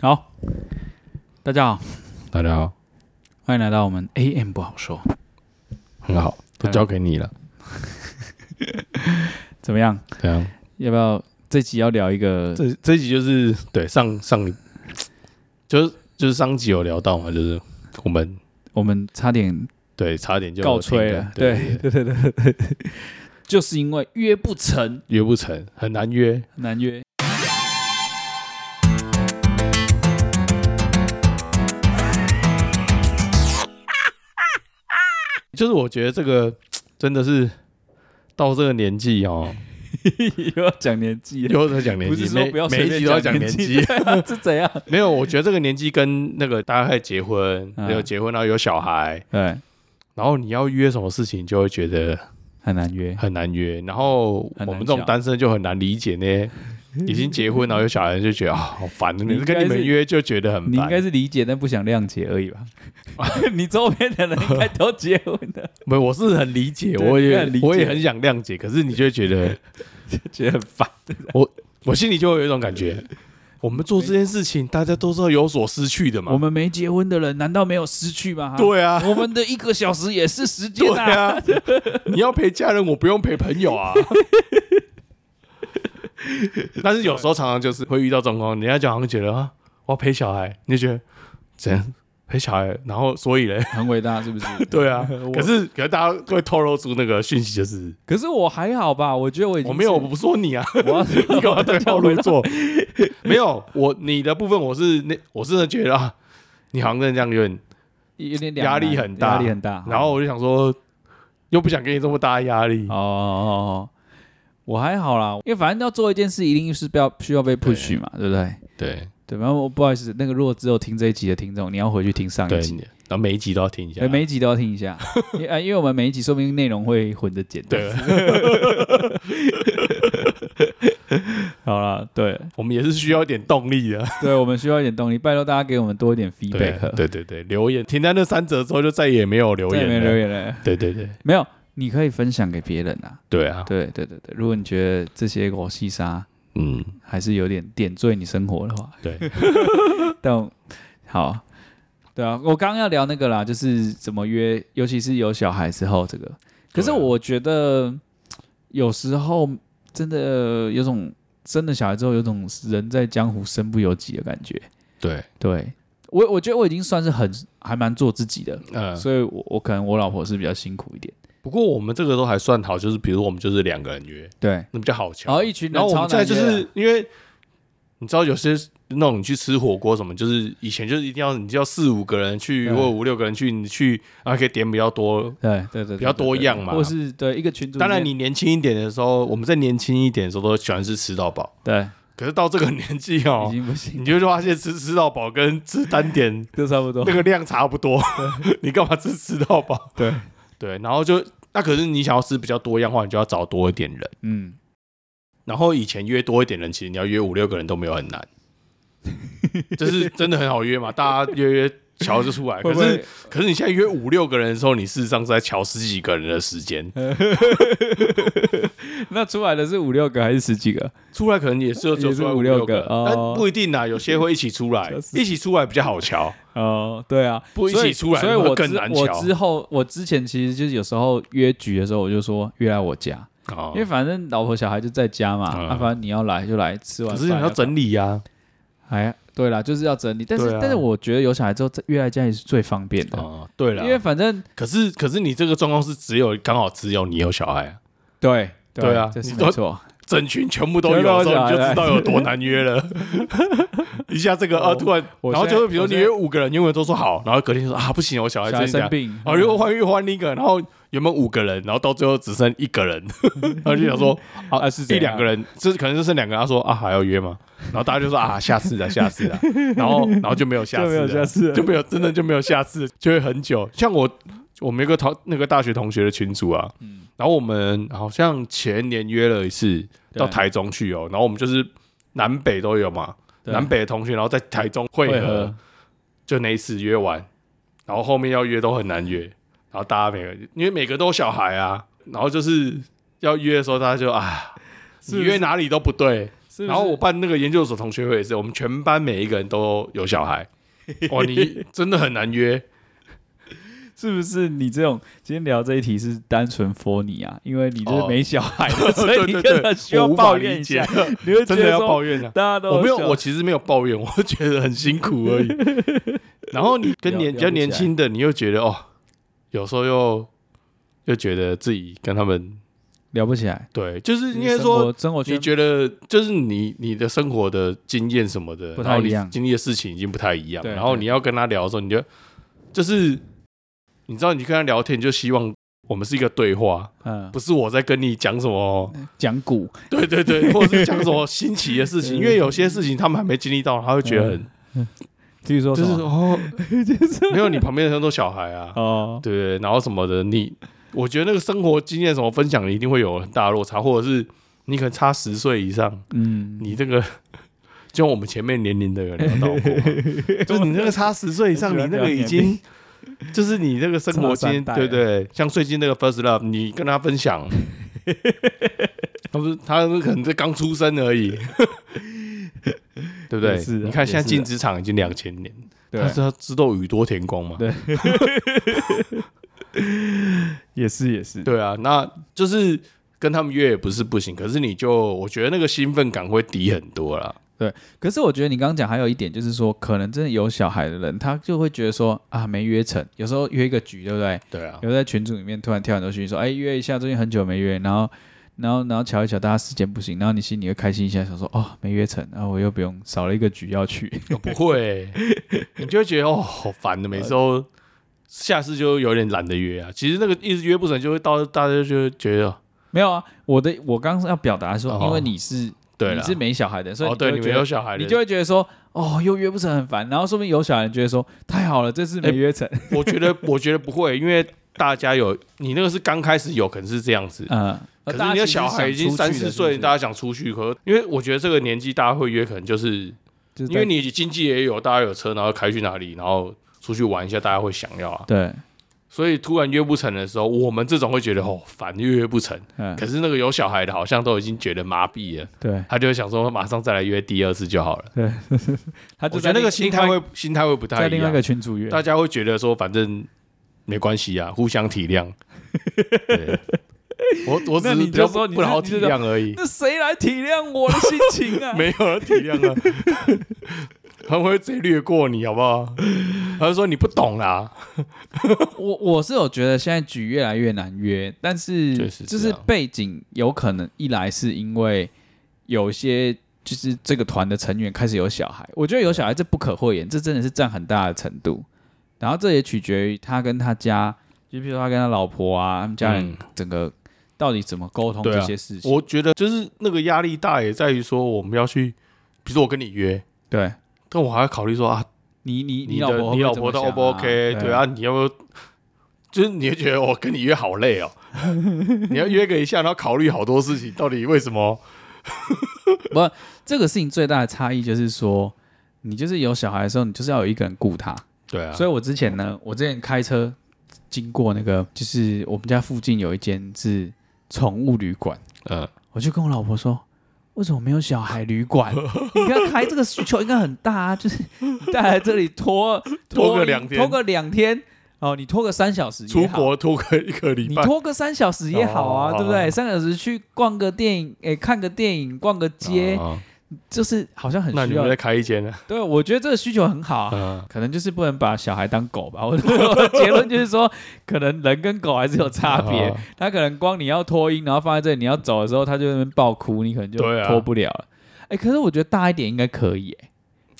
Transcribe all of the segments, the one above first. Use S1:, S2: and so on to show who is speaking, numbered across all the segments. S1: 好，大家好，
S2: 大家好，
S1: 欢迎来到我们 AM 不好说，
S2: 很好，都交给你了。
S1: 怎么样？
S2: 这样，
S1: 要不要这集要聊一个？
S2: 这这一集就是对上上，就是就是上集有聊到嘛，就是我们
S1: 我们差点
S2: 对差点就
S1: 告吹了，
S2: 对
S1: 对对对对对，就是因为约不成，
S2: 约不成，很难约。
S1: 很难约。
S2: 就是我觉得这个真的是到这个年纪哦，
S1: 又要讲年纪了，
S2: 又在讲年
S1: 不是
S2: 纪，
S1: 说
S2: 每
S1: 不要
S2: 每
S1: 随
S2: 一
S1: 便
S2: 集都要
S1: 讲
S2: 讲年
S1: 纪
S2: 纪，，
S1: 对啊是怎样？
S2: 没有，我觉得这个年纪跟那个大家开始结婚，
S1: 嗯
S2: 有结婚然后有小孩，
S1: 对，
S2: 然后你要约什么事情，就会觉得
S1: 很难约。
S2: 很难约，然后
S1: 很难
S2: 我们这种
S1: 讲
S2: 单身就很难理解呢。已经结婚然后有小孩就觉得啊、好烦，
S1: 你应该
S2: 跟你们
S1: 是
S2: 约就觉得很
S1: 你应
S2: 烦
S1: 该。是理解，但不想谅解而已 吧。你周边的人应该都结婚了，
S2: 没有，我是很理解，
S1: 对
S2: 我
S1: 你应该
S2: 也
S1: 很理解
S2: 我也很想谅解，可是你就会觉得，
S1: 觉得很烦。
S2: 我心里就会有一种感觉，我们做这件事情，大家都是要有所失去的
S1: 我
S2: 嘛。
S1: 们没结婚的人，难道没有失去吗？
S2: 对啊，
S1: 我们的一个小时也是时间
S2: 对
S1: 啊。
S2: 啊， 你要陪家人，我不用陪朋友啊。但是有时候常常就是会遇到状况，人家就好像觉得啊，我要陪小孩，你就觉得怎样陪小孩，然后所以嘞，
S1: 很伟大，是不是？
S2: 对啊
S1: 我，
S2: 可是可是大家会透露出那个讯息， 就是
S1: 可是我还好吧，我觉得我已经
S2: 我没有，
S1: 是
S2: 我不说 你啊，
S1: 我要
S2: 你干嘛对号入
S1: 我
S2: 座？没有，我你的部分我是那我真的觉得啊，你好像真的这样有点，
S1: 有点两
S2: 压
S1: 难
S2: 力很大
S1: 压力很大。
S2: 然后我就想说，又不想给你这么大的压力
S1: 哦，哦哦，我还好啦，因为反正要做一件事，一定是不要需要被 push 嘛，对不对？
S2: 对
S1: 对，然后我不好意思，那个如果只有听这一集的听众，你要回去听上
S2: 对
S1: 一集，，
S2: 然后每一集都要听一下
S1: 对，，每一集都要听一下，因为啊因为我们每一集说不定内容会混着剪。，
S2: 对，
S1: 好了，对，
S2: 我们也是需要一点动力 的，
S1: 对，我们需要一点动力，拜托大家给我们多一点 feedback。
S2: 对对对，留言停在那三折之后就再也没有留
S1: 再也没有
S2: 言
S1: 留
S2: 了，
S1: 言了，
S2: 对对对
S1: 没有，你可以分享给别人啊。
S2: 对啊，
S1: 对对对对，如果你觉得这些狗细沙
S2: 嗯，
S1: 还是有点点缀你生活的话，
S2: 对，
S1: 但好，对啊，我刚刚要聊那个啦，就是怎么约，尤其是有小孩之后这个。可是
S2: 对啊
S1: 我觉得有时候真的有种生了小孩之后，有种人在江湖身不由己的感觉。
S2: 对，
S1: 对我，我觉得我已经算是很还蛮做自己的，
S2: 嗯。
S1: 所以我我可能我老婆是比较辛苦一点。
S2: 不过我们这个都还算好，就是比如我们就是两个人约，
S1: 对，
S2: 那比较好
S1: 然
S2: 瞧
S1: 后。一群哦人
S2: 然后我
S1: 超
S2: 们现在
S1: 难约啊
S2: 就
S1: 的
S2: 是因为你知道有些那种你去吃火锅什么，就是以前就是一定要你就要四五个人去
S1: 对
S2: 或者五六个人去，你去然后可以点比较多。
S1: 对对对，
S2: 比较
S1: 对对
S2: 多
S1: 对
S2: 样嘛
S1: 或是对一个群组里面。
S2: 当然你年轻一点的时候，我们在年轻一点的时候都喜欢吃吃到饱，
S1: 对
S2: 可是到这个年纪
S1: 已
S2: 哦，
S1: 经不行，
S2: 你就会发现吃吃到饱跟吃单点
S1: 都差不多
S2: 那。个量差不多，你干嘛吃吃到饱？
S1: 对，
S2: 对，然后就那可是你想要吃比较多样化，你就要找多一点人。
S1: 嗯，
S2: 然后以前约多一点人，其实你要约五六个人都没有很难， 就是真的很好约嘛，大家约约瞧就出来。
S1: 会
S2: 啊可
S1: 不
S2: 是
S1: 会
S2: 可是你现在约五六个人的时候，你事实上是在瞧十几个人的时间，
S1: 那出来的是五六个还是十几个？
S2: 出来可能也是有只有
S1: 也是
S2: 出来
S1: 五
S2: 五
S1: 六
S2: 六
S1: 个
S2: 个，
S1: 哦
S2: 但不一定啊啦，有些会一起出 来
S1: 就，是
S2: 一起出来比较好瞧，
S1: 哦，对啊，
S2: 不一
S1: 所以
S2: 起出来
S1: 所以我
S2: 更
S1: 之
S2: 难
S1: 我
S2: 瞧
S1: 之后，我之前其实就是有时候约局的时候，我就说约来我家，
S2: 哦
S1: 因为反正老婆小孩就在家嘛，
S2: 嗯
S1: 啊，反正你要来就来，吃完
S2: 可
S1: 饭
S2: 是你要整理呀，
S1: 哎，对啦，就是要整理。但是、
S2: 对啊
S1: 但是我觉得有小孩之后在约来家里是最方便的，
S2: 哦，对
S1: 因为
S2: 了，
S1: 反正
S2: 可是可是你这个状况是只有刚好只有你有小孩啊，
S1: 对
S2: 对啊
S1: 这是
S2: 你
S1: 没
S2: 都
S1: 错。
S2: 整群全部都有
S1: 全部都有
S2: 的时候，
S1: 小
S2: 你就
S1: 孩
S2: 知道有多难 约了。一下这个
S1: 我
S2: 啊，突然，
S1: 我
S2: 然后
S1: 现在
S2: 就会比如
S1: 我
S2: 你
S1: 现在
S2: 约五个人，原本都说好，然后隔天就说啊不行，我小孩
S1: 小孩
S2: 最近这
S1: 生
S2: 样。
S1: 病，
S2: 啊，如果换又换另一个，然后原本五个人，然后到最后只剩一 个人，然后就想说
S1: 啊是这
S2: 一
S1: 样
S2: 两个人，这可能就剩两个人。他说啊还要约吗？然后大家就说啊下次啊下次啊， 然后然后就没有下
S1: 就没
S2: 次
S1: 有
S2: 了，
S1: 下次了
S2: 就没有真的就没有下次，就会很久。像我我们有个同那个大学同学的群组啊，
S1: 嗯
S2: 然后我们好像前年约了一次
S1: 对
S2: 到台中去哦，然后我们就是南北都有嘛，
S1: 对
S2: 南北的同学，然后在台中啊汇
S1: 会
S2: 合
S1: 合，，
S2: 就那一次约完，然后后面要约都很难约，然后大家每个因为每个都有小孩啊，然后就是要约的时候，大家就啊，
S1: 是
S2: 你
S1: 不是
S2: 约哪里都不对，
S1: 是不是
S2: 然后我办那个研究所同学会也是，我们全班每一个人都有 小孩，哇，你真的很难约。
S1: 是不是你这种今天聊这一题是单纯 for 你啊？因为你就是
S2: 哦
S1: 没小孩 的，所
S2: 对
S1: 以你
S2: 对
S1: 根本
S2: 对，
S1: 需要
S2: 我无法
S1: 抱怨
S2: 理
S1: 一
S2: 解
S1: 下，，你会觉
S2: 真的
S1: 得
S2: 要
S1: 说
S2: 抱怨啊。
S1: 大家都
S2: 我没有，
S1: 小
S2: 我其实没有抱怨，我觉得很辛苦 而已。然后你跟年
S1: 聊
S2: 比
S1: 聊
S2: 较
S1: 不
S2: 年
S1: 起来啊
S2: 轻的，你又觉得哦，有时候又又觉得自己跟他们
S1: 聊不起来，
S2: 对，就是应该
S1: 生活
S2: 说，
S1: 生活
S2: 你
S1: 圈
S2: 觉得就是你你的生活的经验什么的，
S1: 不
S2: 然后
S1: 太一
S2: 你
S1: 样
S2: 经历的事情已经不太一样，
S1: 对
S2: 然后
S1: 对
S2: 你要跟他聊的时候，你就就是你知道，你跟他聊天，你就希望我们是一个对话，
S1: 嗯
S2: 不是我在跟你讲什么。
S1: 讲古，
S2: 对对对，或者是讲什么新奇的事情，
S1: 对嗯
S2: 因为有些事情他们还没经历到，他会觉得很
S1: 比如说
S2: 就是
S1: 什么
S2: 哦，没有你旁边的人都小孩啊，
S1: 哦，
S2: 对对，对然后什么的，你我觉得那个生活经验什么分享，一定会有很大的落差，或者是你可能差十岁以上，
S1: 嗯，
S2: 你这个就像我们前面年龄的有聊到过
S1: 嗯
S2: 嘛， 就是你那个差十岁 以上，
S1: 我喜
S2: 你
S1: 欢
S2: 那个已
S1: 聊啊年
S2: 经。就是你那个生活经
S1: 差三
S2: 验，
S1: 代啊
S2: 对对，像最近那个 First Love，你跟他 分享，他不是他可能是刚出生而已，对不对
S1: 也？是啊
S2: 你看现
S1: 也
S2: 在
S1: 是啊
S2: 进职场已经两千年，
S1: 对
S2: 他，知道知道宇多田光嘛？
S1: 对也是也是，
S2: 对啊，那就是跟他们约也不是不行，可是你就我觉得那个兴奋感会低很多啦。
S1: 可是我觉得你刚刚讲还有一点，就是说，可能真的有小孩的人，他就会觉得说啊，没约成。有时候约一个局，对不对？
S2: 对啊，
S1: 有时候在群组里面突然跳很多讯息说，哎，约一下，最近很久没约，然后，然后，然后瞧一瞧，大家时间不行，然后你心里会开心一下，想说哦，没约成，然、后我又不用少了一个局要去。
S2: 不会、你就会觉得哦，好烦的，每次都下次就有点懒得约啊。其实那个一直约不成，就会到大家就会觉得
S1: 没有啊，我的我刚刚要表达说，
S2: 哦
S1: 因为你是
S2: 对
S1: 你
S2: 了，
S1: 是没小孩的，所以
S2: 哦，
S1: 你就
S2: 对，
S1: 会
S2: 你
S1: 觉
S2: 们
S1: 得、
S2: 有小孩的，
S1: 你就会觉得说哦，又约不成很烦，然后说不定有小孩觉得说太好了，这次没
S2: 哎
S1: 约成，
S2: 我觉得我觉得不会，因为大家有你那个是刚开始有可能是这样子，
S1: 嗯，
S2: 可是
S1: 大
S2: 你
S1: 家
S2: 的
S1: 其实
S2: 小
S1: 想
S2: 孩已经
S1: 出去的
S2: 三四岁，
S1: 是不是
S2: 大家想出去，可因为我觉得这个年纪大家会约，可能就是
S1: 就是
S2: 因为
S1: 在
S2: 你经济也有，大家有车，然后开去哪里，然后出去玩一下，大家会想要啊。
S1: 对，
S2: 所以突然约不成的时候，我们这种会觉得哦烦，又约不成。
S1: 嗯，
S2: 可是那个有小孩的，好像都已经觉得麻痹了，
S1: 对。
S2: 他就会想说马上再来约第二次就好了。
S1: 他就
S2: 我觉
S1: 在
S2: 得那个
S1: 另
S2: 心态
S1: 另外
S2: 会心态会不太
S1: 在
S2: 一
S1: 另外一
S2: 样
S1: 个，群组约，
S2: 大家会觉得说反正没关系啊，互相体谅。对我我只
S1: 那
S2: 是
S1: 你
S2: 比较
S1: 就说
S2: 不
S1: 你
S2: 不
S1: 是
S2: 好
S1: 你
S2: 体
S1: 就说
S2: 谅 而已。
S1: 那谁来体谅我的心情 啊？
S2: 没有人体谅啊， 他们会直接略过你，好不好？他就说你不懂啦，
S1: 我我是有觉得现在局越来越难约，但是
S2: 确实是
S1: 就是
S2: 啊
S1: 背景有可能一来是因为有些就是这个团的成员开始有小孩，我觉得有小孩这不可讳言，这真的是占很大的程度。然后这也取决于他跟他家，就比如说他跟他老婆啊，他们家人
S2: 嗯
S1: 整个到底怎么沟通
S2: 对啊
S1: 这些事情。
S2: 我觉得就是那个压力大，也在于说我们要去，比如说我跟你约，
S1: 对
S2: 但我还要考虑说啊，
S1: 你你
S2: 你
S1: 老
S2: 的
S1: 婆
S2: 你
S1: 会
S2: 老
S1: 怎么
S2: 婆的
S1: 想啊
S2: O 不 OK？对啊，你要不要？就是你会觉得我跟你约好 累哦，你要约个一下，然后考虑好多事情，到底为什么？
S1: 这个事情最大的差异就是说，你就是有小孩的时候，你就是要有一个人顾他。
S2: 对啊
S1: 所以我之前呢，我之前开车经过那个，就是我们家附近有一间是宠物旅馆，
S2: 嗯，
S1: 我就跟我老婆说。为什么没有小孩旅馆？ 你看开这个需求应该很大啊， 就是带来这里拖
S2: 拖个两天
S1: 拖个两天哦，你拖个三小时
S2: 出
S1: 也好，
S2: 国拖个一个礼
S1: 你
S2: 拜，
S1: 拖个三小时也好啊，
S2: 哦
S1: 对不对？三小时去逛个电影，诶，看个电影，逛个街，
S2: 哦
S1: 就是好像很
S2: 那你
S1: 需要
S2: 们再开一间啊呢？
S1: 对，我觉得这个需求很好、啊，
S2: 嗯，
S1: 可能就是不能把小孩当狗吧。 我我的结论就是说，可能人跟狗还是有差别
S2: 哦。
S1: 他可能光你要脱音，然后放在这里，你要走的时候，他就在那边爆哭，你可能就
S2: 对啊
S1: 脱不了了。哎、可是我觉得大一点应该可以、哎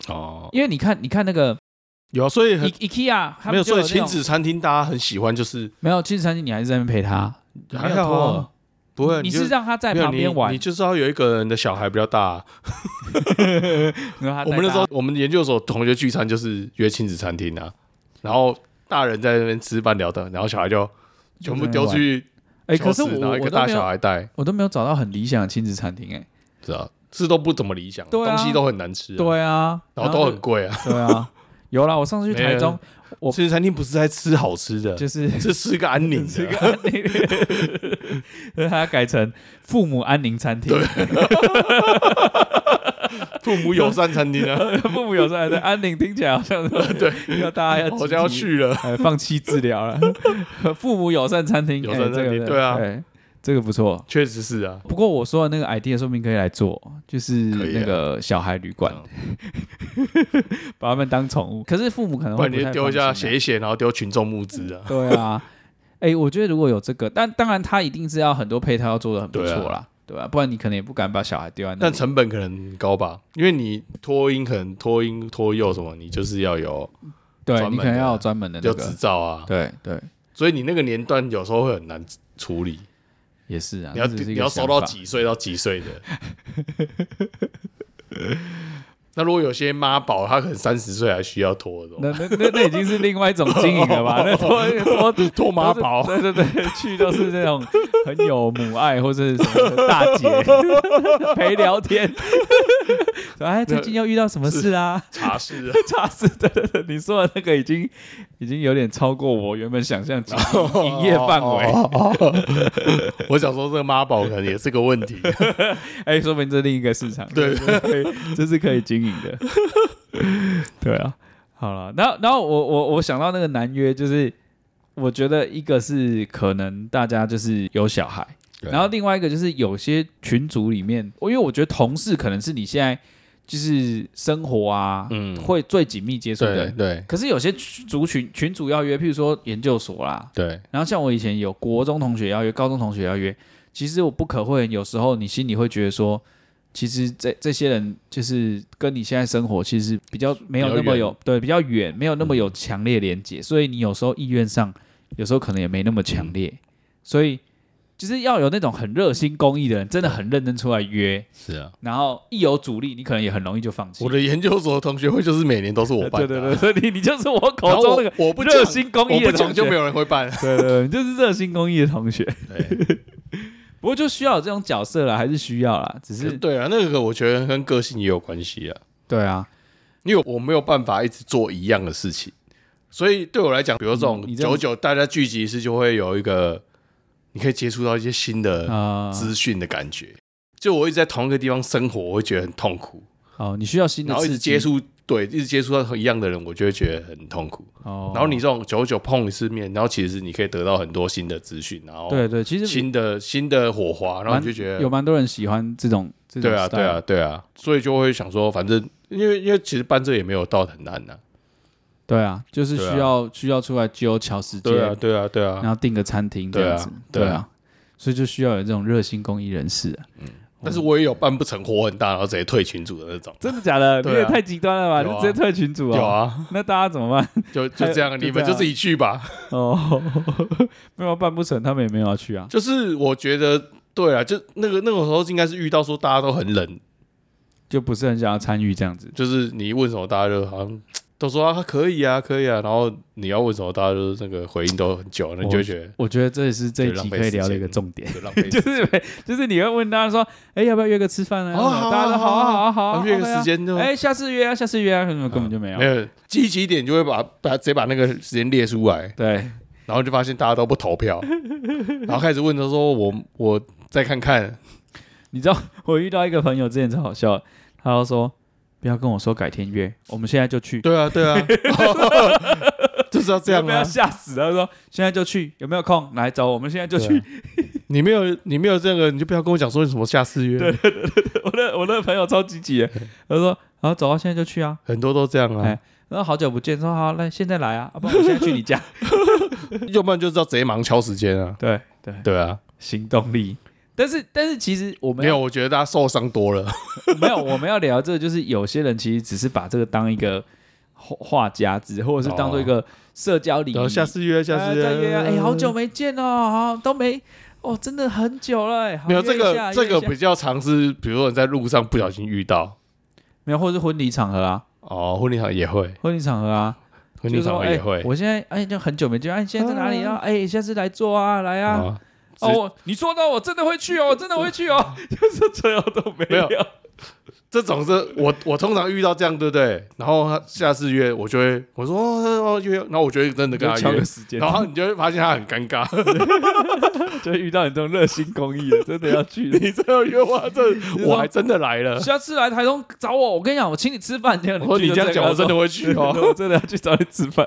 S2: 哦，
S1: 因为你看，你看那个
S2: 有啊，所以很
S1: I IKEA，他们
S2: 没有，
S1: 就
S2: 所以
S1: 那
S2: 亲
S1: 种
S2: 子餐厅大家很喜欢，就是
S1: 没有亲子餐厅，你还是在那边陪他，
S2: 还
S1: 没有
S2: 好啊
S1: 脱
S2: 不会
S1: 你
S2: 就是
S1: 让他在
S2: 没有
S1: 旁边
S2: 你
S1: 玩
S2: 你，就是要有一个人的小孩比较大啊、
S1: 然后他
S2: 我们
S1: 带
S2: 那时
S1: 他
S2: 候我们研究所同学聚餐就是约亲子餐厅啊，然后大人在那边吃饭聊的，然后小孩就全部丢出去
S1: 哎、
S2: 教
S1: 可是
S2: 室，
S1: 我
S2: 然后一
S1: 我
S2: 个
S1: 都
S2: 大
S1: 没
S2: 小
S1: 有
S2: 孩带，
S1: 我都没有找到很理想的亲子餐厅、哎，
S2: 知道是都不怎么理想，
S1: 对啊
S2: 东西都很难吃啊、
S1: 对啊，
S2: 然后都
S1: 就
S2: 很贵啊，
S1: 对啊，有啦，我上次去台中，我
S2: 其实餐厅不是在吃好吃的，
S1: 就是
S2: 是吃个安宁
S1: 这
S2: 的
S1: 个。
S2: 啊
S1: 安宁，所以它改成父母安宁餐厅，
S2: 父母友善餐厅 啊，
S1: 父母有时候还在安宁，听起来好像 对，要大家要
S2: 好像要
S1: 集体
S2: 去了。
S1: 哎，放弃治疗了。 父母友善餐厅，
S2: 友
S1: 哎
S2: 善
S1: 这个
S2: 餐厅对啊
S1: 哎这个不错。
S2: 确实是啊，
S1: 不过我说的那个 idea 说不定可以来做，就是
S2: 可以啊嗯
S1: 那个小孩旅馆， 把他们当宠物。可是父母可能
S2: 不
S1: 会
S2: 然
S1: 不
S2: 你就
S1: 太
S2: 丢一下
S1: 放心啊
S2: 写一写，然后丢群众募资啊。
S1: 对啊，哎，我觉得如果有这个，但当然他一定是要很多配套要做的很不
S2: 对啊
S1: 错啦，对吧？不然你可能也不敢把小孩丢在那
S2: 但
S1: 里。
S2: 成本可能很高吧，因为你托婴可能托婴托幼什么，你就是要有
S1: 对
S2: 专
S1: 你
S2: 门
S1: 可能
S2: 的
S1: 要有专门的啊
S2: 要
S1: 那
S2: 执
S1: 个，
S2: 照啊，
S1: 对对，
S2: 所以你那个年段有时候会很难处理。
S1: 也是啊。
S2: 你要
S1: 这只是一
S2: 你
S1: 个
S2: 要收到
S1: 想法？
S2: 几岁到几岁的？ 那如果有些妈宝，她可能三十岁还需要托的，哦
S1: 那那那那已经是另外一种经营了 吧？那托 托
S2: 托妈宝，
S1: 对对对，去都是那种很有母爱或者是什么的大 姐陪聊天。哎，最近又遇到什么事啊？
S2: 茶室 啊
S1: 差事，对对对，你说的那个已经已经有点超过我原本想 象营营业范围。
S2: 哦哦哦哦 我想说，这个妈宝可能也是个问题。
S1: 哎，说明这是另一个市场，
S2: 对
S1: 这是可以，这是可以经营的。 对啊，好了，然后然后我我我想到那个南约，就是我觉得一个是可能大家就是有小孩。然后另外一个就是有些群组里面，因为我觉得同事可能是你现在就是生活啊，
S2: 嗯
S1: 会最紧密接触的
S2: 对
S1: 人。
S2: 对
S1: 可是有些族群群组要约，譬如说研究所啦，
S2: 对，
S1: 然后像我以前有国中同学要约，高中同学要约，其实我不可讳言，有时候你心里会觉得说，其实这这些人就是跟你现在生活其实比较没有那么有对比较远，没有那么有强烈连
S2: 嗯
S1: 接，所以你有时候意愿上有时候可能也没那么强烈，所以就是要有那种很热心公益的人，真的很认真出来约，
S2: 是啊。
S1: 然后一有阻力，你可能也很容易就放弃
S2: 我。的研究所同学会就是每年都是我办
S1: 对
S2: 的
S1: 对对，
S2: 啊、
S1: 所以你你就是我
S2: 然
S1: 口
S2: 后
S1: 中那个
S2: 我我不
S1: 热
S2: 讲，
S1: 心公
S2: 我
S1: 益的
S2: 不
S1: 同
S2: 讲就没
S1: 学，
S2: 有人会办。
S1: 对对对，你就是热心公益的同学。
S2: 对，
S1: 不过就需要有这种角色啦，还是需要啦，只是
S2: 对啊，那个我觉得跟个性也有关系啊，
S1: 对啊，
S2: 因为我没有办法一直做一样的事情，所以对我来讲，比如这
S1: 嗯
S2: 种
S1: 你这样
S2: 久久大家聚集一次，就会有一个你可以接触到一些新的
S1: 啊、
S2: 资讯的感觉。就我一直在同一个地方生活，我会觉得很痛苦，
S1: 哦，你需要新的
S2: 然后一
S1: 刺
S2: 直
S1: 激
S2: 接，触，对，一直接触到一样的人，我就会觉得很痛苦。
S1: 哦，
S2: 然后你这种久久碰一次面，然后其实你可以得到很多新的资讯，然后
S1: 对对，其实
S2: 新的新的火花，然后你就觉得
S1: 有蛮多人喜欢这种这种
S2: 对啊，对
S1: style
S2: 啊，，对啊，所以就会想说，反正因为因为其实办这也没有到很难啊呐、
S1: 对啊，就是
S2: 对啊
S1: 需要、需要出来揪巧时间，
S2: 对啊，对啊，对啊。
S1: 然后订个餐厅这样子，
S2: 对啊对啊
S1: 所以就需要有这种热心公益人士、啊，
S2: 但是我也有办不成火很大，然后直接退群组的那 种。
S1: 真的假的？
S2: 对啊
S1: 你也太极端了吧？
S2: 有啊
S1: 就直接退群主
S2: 有！啊，
S1: 那大家怎么办？
S2: 就就 这样，
S1: 就
S2: 你
S1: 这
S2: 们
S1: 样啊
S2: 就自己去吧。
S1: 哦， 没有啊办不成，他们也没有要去啊。
S2: 就是我觉得，对啊，就那个那个时候应该是遇到说大家都很冷，
S1: 就不是很想要参与这样子，
S2: 就是你一问什么，大家就好像都说啊可以啊可以啊，然后你要问什么，大家就是那个回应都很久，那你就会觉得
S1: 我觉得这也是这一
S2: 对浪
S1: 集
S2: 费
S1: 可以
S2: 时
S1: 聊的
S2: 间
S1: 一个重点。
S2: 就浪费时
S1: 就
S2: 间。
S1: 是就是你会问大家说，哎、要不要约个吃饭啊？
S2: 哦好啊
S1: 大家说
S2: 好
S1: 好
S2: 啊
S1: 好啊好啊，
S2: 啊约个
S1: OK 啊
S2: 时间就
S1: 哎、下次约啊，下次约啊，什么根本就没有。
S2: 没有积极一点，就会把把直接把那个时间列出来，
S1: 对，
S2: 然后就发现大家都不投 票，然后开始问他说：“我我再看看。
S1: 你知道我遇到一个朋友之前超好笑的，他就说不要跟我说改天约，我们现在就”去。
S2: 对啊， 对啊，就是要这样
S1: 不要
S2: 啊！
S1: 吓死了！他说现在就去，有没有空来走？我们现在就 去。
S2: 你没有你没有这个，你就不要跟我讲说你什么下次约。
S1: 对我的我的朋友超积极 的，他说好走啊，现在就去啊。
S2: 很多都这样啊
S1: 哎，然后好久不见，说好来现在来啊，啊不然我现在去你家。
S2: 要不然就是要直接忙敲时间啊。
S1: 对对，
S2: 对啊，
S1: 行动力。但是但是其实我们
S2: 没有，我觉得大家受伤多 了。
S1: 没有，我们要聊这个就是有些人其实只是把这个当一个话话匣子，或者是当做一个社交礼仪。
S2: 然后哦啊下次约，下
S1: 哎
S2: 次约，呃
S1: 再约啊！哎，好久没见哦，好都没哦，真的很久了哎。好
S2: 没有
S1: 约
S2: 这
S1: 一下
S2: 个
S1: 约
S2: 这个
S1: 一下
S2: 比较常是，比如说你在路上不小心遇到
S1: 没有，或者是婚礼场合啊，
S2: 哦，婚礼场也会，
S1: 婚礼场合啊，
S2: 婚礼场合也
S1: 就是说
S2: 会
S1: 哎我现在哎，就很久没见，哎，你现在在哪里啊？
S2: 啊
S1: 哎，下次来坐啊，来啊。
S2: 啊。
S1: 哦，
S2: 直
S1: 我你说的，我真的会去哦，我真的会去哦，就是最后都没
S2: 没有
S1: 有。
S2: 这种是我我通常遇到这样，对不对？然后他下次约我就会我说哦哦约，然后我就会真的跟
S1: 就
S2: 他
S1: 敲
S2: 约
S1: 个，时间，
S2: 然后你就会发现他很尴尬，
S1: 就会遇到你这种热心公益的，真的要去。
S2: 你这个约我这
S1: 说
S2: 我还真的来 了，
S1: 下次来台东找我，我跟你讲，我请你吃饭。这样
S2: 我说
S1: 去
S2: 你
S1: 就
S2: 这样讲我真的
S1: 这
S2: 会 去
S1: 个
S2: 哦，
S1: 我真的要去找你吃饭。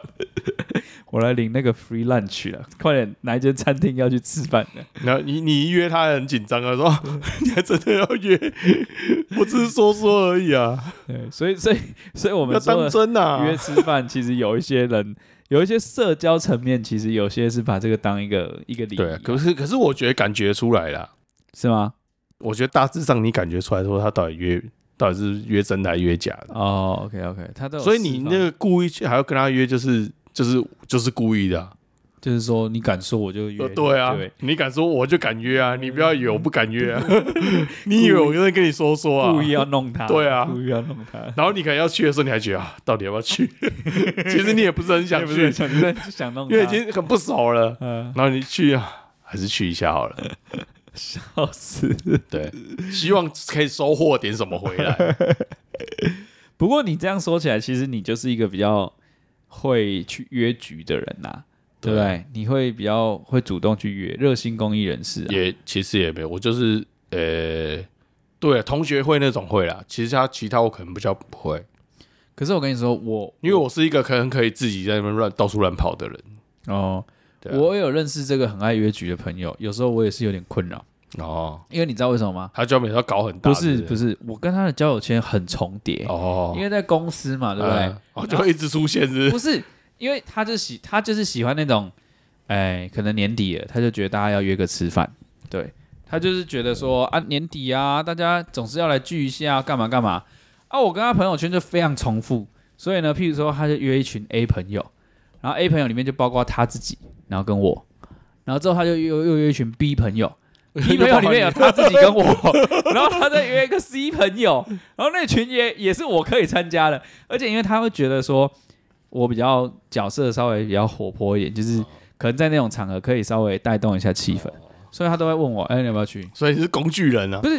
S1: 我来领那个 free lunch 了，快点，哪一间餐厅要去吃饭呢？
S2: 然后你你一约他很紧张啊，说 哦你还真的要约， 不是说说而已啊，
S1: 对，所以，所以，所以我
S2: 要
S1: 们说
S2: 当
S1: 的
S2: 真啊，
S1: 约吃饭，其实有一些人，有一些社交层面，其实有些是把这个当一个一个礼仪
S2: 对啊
S1: 啊，，
S2: 可是可是我觉得感觉出来啦，
S1: 是吗？
S2: 我觉得大致上你感觉出来说他到底约到底是约真的还是约假的，
S1: 哦，OK，OK，、他都有
S2: 所以
S1: 释
S2: 你
S1: 放
S2: 那个故意去还要跟他约，就是就是就是故意的啊、
S1: 就是说你敢说我就约
S2: 呃
S1: 你，
S2: 对啊
S1: 对，
S2: 你敢说我就敢约啊，你不要以为我不敢约啊， 你以为我在跟你说说啊
S1: 故？意要弄他，
S2: 对啊
S1: 故意要弄他，
S2: 然后你可能要去的时候，你还觉得啊，到底要不要去？ 其实你也不是很 想
S1: 你也
S2: 去
S1: 不，是很想，你是想弄他，
S2: 因为已经很不熟了。
S1: 嗯，
S2: 然后你去啊，还是去一下好了。
S1: 好死。
S2: 对，希望可以收获点什么回来。
S1: 不过你这样说起来，其实你就是一个比较会去约局的人呐、对不对？你会比较会主动去约，热心公益人士、啊。
S2: 也其实也没有，我就是呃，对，同学会那种会啦。其实他其他我可能比较不会，
S1: 可是我跟你说，我
S2: 因为我是一个可能可以自己在那边乱到处乱跑的人。
S1: 哦，
S2: 对啊、
S1: 我有认识这个很爱约局的朋友，有时候我也是有点困扰，
S2: 哦，
S1: 因为你知道为什么吗？
S2: 他就每次要搞很大，
S1: 不是
S2: 不
S1: 不是，我跟他的交友圈很重叠，
S2: 哦，
S1: 因为在公司嘛，对不对？
S2: 嗯哦，就会一直出现是不
S1: 不是，因为他就喜他就是喜欢那种，哎，可能年底了，他就觉得大家要约个吃饭，对他就是觉得说啊年底啊，大家总是要来聚一下，干嘛干嘛啊。我跟他朋友圈就非常重复，所以呢，譬如说他就约一群 A 朋友，然后 A 朋友里面就包括他自己，然后跟我，然后之后他就又又约一群 B 朋友。B 朋友里面有他自己跟我，然后他再约一个 C 朋友，然后那群也也是我可以参加的，而且因为他会觉得说，我比较角色稍微比较活泼一点，就是可能在那种场合可以稍微带动一下气氛，所以他都会问我，哎、你要不要去？
S2: 所以你是工具人啊
S1: 不。是，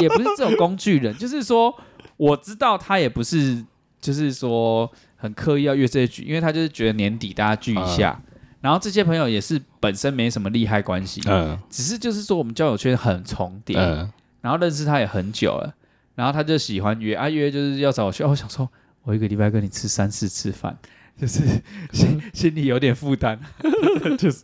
S1: 也不是这种工具人，就是说我知道他也不是，就是说很刻意要约这些局，因为他就是觉得年底大家聚一下，然后这些朋友也是本身没什么利害关系，
S2: 嗯
S1: 只是就是说我们交友圈很重叠，
S2: 嗯，
S1: 然后认识他也很久了，然后他就喜欢约啊约，就是要找我去。哦、我想说，我一个礼拜跟你吃三四次饭， 就是心心里有点负担， 就是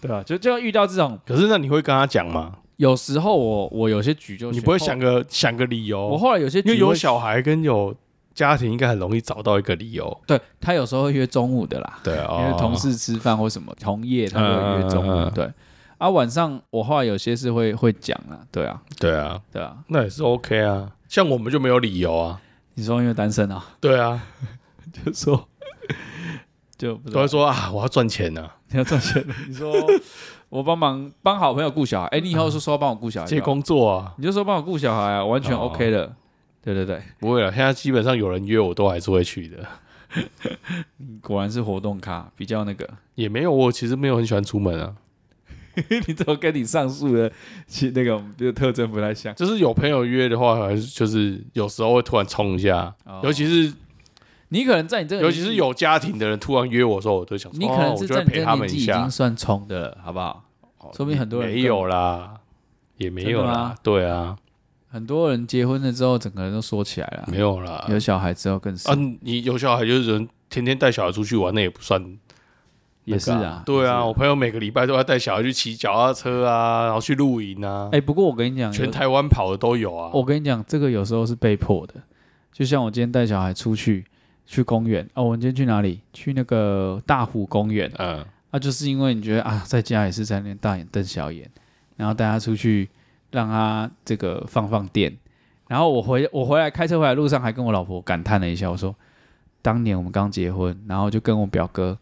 S1: 对啊，就就遇到这种，
S2: 可是那你会跟他讲吗？
S1: 有时候我我有些局就
S2: 你不会
S1: 选
S2: 想个想个理
S1: 后，我
S2: 由？
S1: 后来有些局
S2: 因为有
S1: 会
S2: 小孩跟有家庭，应该很容易找到一个理由。
S1: 对他有时候会约中午的啦，
S2: 对啊
S1: 因为同事吃饭或什么，同业他会约中午，
S2: 嗯嗯嗯
S1: 对。啊，晚上我后来有些是会会讲啊，对啊，
S2: 对啊，
S1: 对啊，
S2: 那也是 OK 啊。像我们就没有理由啊。
S1: 你说因为单身啊，
S2: 对啊，
S1: 就说就不知道
S2: 都会说啊，我要赚钱啊，
S1: 你要赚钱 了。你说我帮忙帮好朋友顾小孩，哎、你以
S2: 嗯
S1: 后是说帮我顾小孩，
S2: 接，工作啊，
S1: 你就说帮我顾小孩啊，完全
S2: 哦
S1: OK 的。对对对，
S2: 不会了。啊现在基本上有人约我都还是会去的，
S1: 你果然是活动咖，比较那个。
S2: 也没有我其实没有很喜欢出门啊，
S1: 你怎么跟你上述的其那个就特征不太像？
S2: 就是有朋友约的话，还是就是有时候会突然冲一下，
S1: 哦
S2: 尤其是
S1: 你可能在你这个，
S2: 尤其是，有家庭的人突然约我的时候，我都想说，
S1: 你可能
S2: 哦
S1: 是
S2: 我就
S1: 在
S2: 会
S1: 你这
S2: 陪
S1: 个
S2: 他
S1: 年
S2: 们
S1: 纪
S2: 一
S1: 已经
S2: 下，
S1: 算冲的了，好不
S2: 哦
S1: 好？说明很多人
S2: 没有啦，也没有
S1: 真的
S2: 啦
S1: 吗，
S2: 对啊，
S1: 很多人结婚了之后，整个人都缩起来了。
S2: 没有啦，
S1: 有小孩之后更是、
S2: 啊，你有小孩就是人天天带小孩出去玩，那也不算那
S1: 也
S2: 个
S1: 是啊，
S2: 对
S1: 也
S2: 啊，
S1: 是
S2: 我朋友每个礼拜都要带小孩去骑脚踏车啊，然后去露营啊
S1: 哎、，不过我跟你讲，有
S2: 全台湾跑的都有啊，
S1: 我跟你讲，这个有时候是被迫的。就像我今天带小孩出去去公园，哦，我们今天去哪里？去那个大湖公园
S2: 嗯，
S1: 啊，就是因为你觉得啊，在家也是在那边大眼瞪小眼，然后带他出去，让他这个放放电。然后我回我回来开车回来路上还跟我老婆感叹了一下，我说当年我们刚结婚，然后就跟我表哥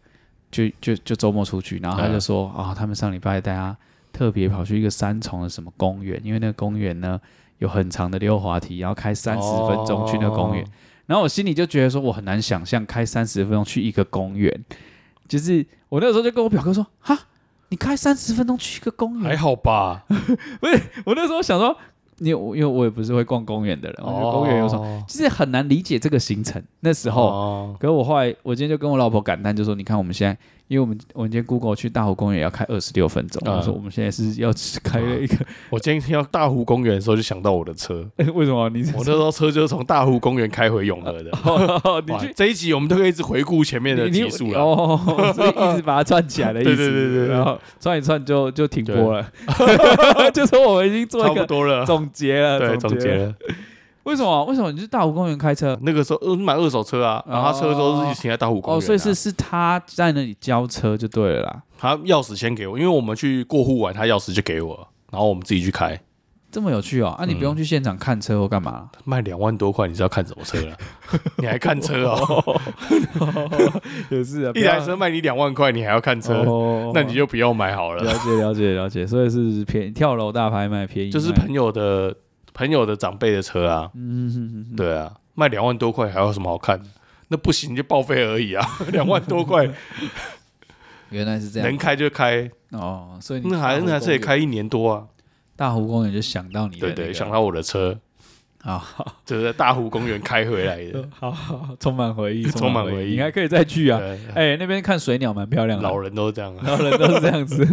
S1: 就就就周末出去，然后他就说啊、他们上礼拜带他特别跑去一个三重的什么公园，因为那个公园呢有很长的溜滑梯，然后开三十分钟去那个公园。
S2: 哦
S1: 然后我心里就觉得说，我很难想象开三十分钟去一个公园，就是我那个时候就跟我表哥说，哈，你开三十分钟去一个公
S2: 还
S1: 园，
S2: 好吧，
S1: 我那时候想说，因为我因为我也不是会逛公园的人，我
S2: 哦
S1: 觉得哦公园有什么，
S2: 么
S1: 其实很难理解这个行程。那时候，
S2: 哦
S1: 可是我后来我今天就跟我老婆感叹，就说你看我们现在，因为我们我们今天 Google 去大湖公园也要开二十六分钟，
S2: 嗯啊
S1: 我说我们现在是要去开了一个，
S2: 我今天听到大湖公园的时候，就想到我的车。
S1: 为什么你
S2: 我那时候车就是从大湖公园开回永和的。
S1: 你
S2: 哇
S1: 去
S2: 这一集我们都可以一直回顾前面的
S1: 你
S2: 集
S1: 你
S2: 数
S1: 你
S2: 了。
S1: 哦，所以一直把它串起来的意思，
S2: 对对对对对
S1: 然后串一串就就停播了， 就是我们已经做
S2: 差
S1: 一
S2: 不
S1: 个
S2: 多 了，
S1: 总结了，
S2: 对，
S1: 总
S2: 总
S1: 结
S2: 结
S1: 了。
S2: 了。
S1: 为什么？为什么你去大湖公园开车？
S2: 那个时候，嗯，买二手车啊，然后他车都是停在大湖公园啊。
S1: 哦，所以是是他在那里交车就对了啦，
S2: 他钥匙先给我，因为我们去过户完，他钥匙就给我了，然后我们自己去开，
S1: 这么有趣哦。啊，你
S2: 嗯
S1: 不用去现场看车或干嘛？
S2: 卖两万多块，你是要看什么车了？ 你还看车哦？
S1: 也是啊，
S2: 一台车卖你两万块，你还要看车？
S1: 哦啊
S2: 那你就不要买好了。
S1: 了解了解了解，所以是便宜跳楼大拍卖便宜卖，
S2: 就是朋友的朋友的长辈的车啊，
S1: 嗯，
S2: 对啊，卖两万多块还有什么好看的？那不行就报废而已啊， 两万多块
S1: 原来是这
S2: 能
S1: 样
S2: 开就开，
S1: 哦，所以你
S2: 那还那还是得开一年多啊。
S1: 大湖公园就想到你的
S2: 对
S1: 那
S2: 对，
S1: 个
S2: 想到我的车，
S1: 啊，好
S2: 就是在大湖公园开回来 的。
S1: 好好，充满回忆，
S2: 充满回忆
S1: 你还可以再去啊。
S2: 对
S1: 哎，那边看水鸟蛮漂亮的，
S2: 老人都这 样啊。
S1: 老人都是这 样子，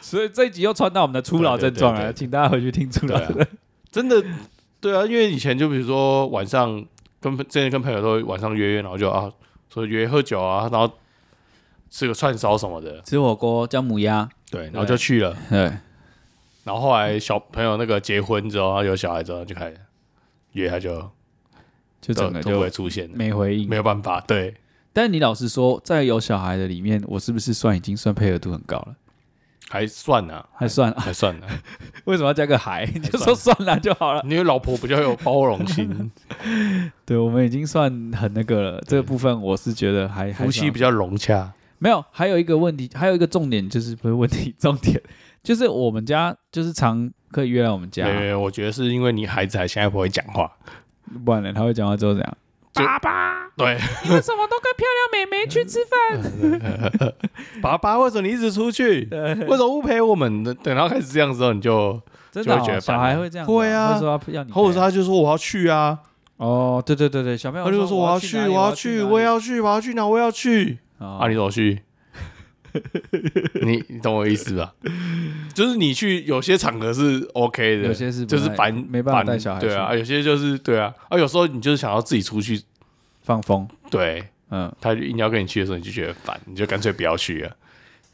S1: 所以这一集又穿到我们的初老症状
S2: 对对
S1: 了，
S2: 对对
S1: 请大家回去听初
S2: 对
S1: 老
S2: 啊，真的，对啊，因为以前就比如说晚上跟之前跟朋友都晚上约约，然后就啊说约喝酒啊，然后吃个串烧什么的，
S1: 吃火锅、姜母鸭，
S2: 对，然后就去了。
S1: 对，
S2: 然后后来小朋友那个结婚之后，他有小孩之后就开始约，他就
S1: 就整个
S2: 都都不
S1: 就
S2: 会出现了，
S1: 没回应
S2: 没。有办法，对，
S1: 但你老实说，在有小孩的里面，我是不是算已经算配合度很高了？
S2: 还算啊，
S1: 还算，
S2: 还算啊，
S1: 为什么要加个还？就说算了就好了。
S2: 因为老婆比较有包容 心，
S1: 啊对，我们已经算很那个了。这个部分我是觉得还还
S2: 夫妻
S1: 算啊
S2: 比较融洽，
S1: 没有，还有一个问题，还有一个重点就是不是问题，重点 就是我们家就是常可以约来我们
S2: 对
S1: 家，
S2: 对，对我觉得是因为你孩子还现在不会讲话，
S1: 不然呢他会讲话之后怎样？
S2: 就
S1: 爸爸，
S2: 对，
S1: 你为什么都跟漂亮妹妹去 吃饭？
S2: 爸爸，为什么你一直出去？为什么不陪我们？等等到开始这样之后，你就
S1: 真的
S2: 就会觉
S1: 哦、
S2: 得
S1: 小孩会这样子、
S2: 啊会啊
S1: 会说要要你陪，
S2: 或者是他就说我要去啊，
S1: 哦，对对对对，小朋友
S2: 他就说我
S1: 我
S2: 要
S1: 去
S2: 去，
S1: 哪里，
S2: 我要去，我也
S1: 要
S2: 要去，我要去哪？我要去
S1: 啊
S2: 啊！你怎么去？你 你懂我意思吧？就是你去有些场合是 OK 的，
S1: 有些是不
S2: 就
S1: 太
S2: 是烦
S1: 没办法
S2: 烦
S1: 带小孩去
S2: 对啊，有些就是对啊，啊，有时候你就是想要自己出去，
S1: 放风，
S2: 对，
S1: 嗯，
S2: 他就硬要跟你去的时候，你就觉得烦，你就干脆不要去了。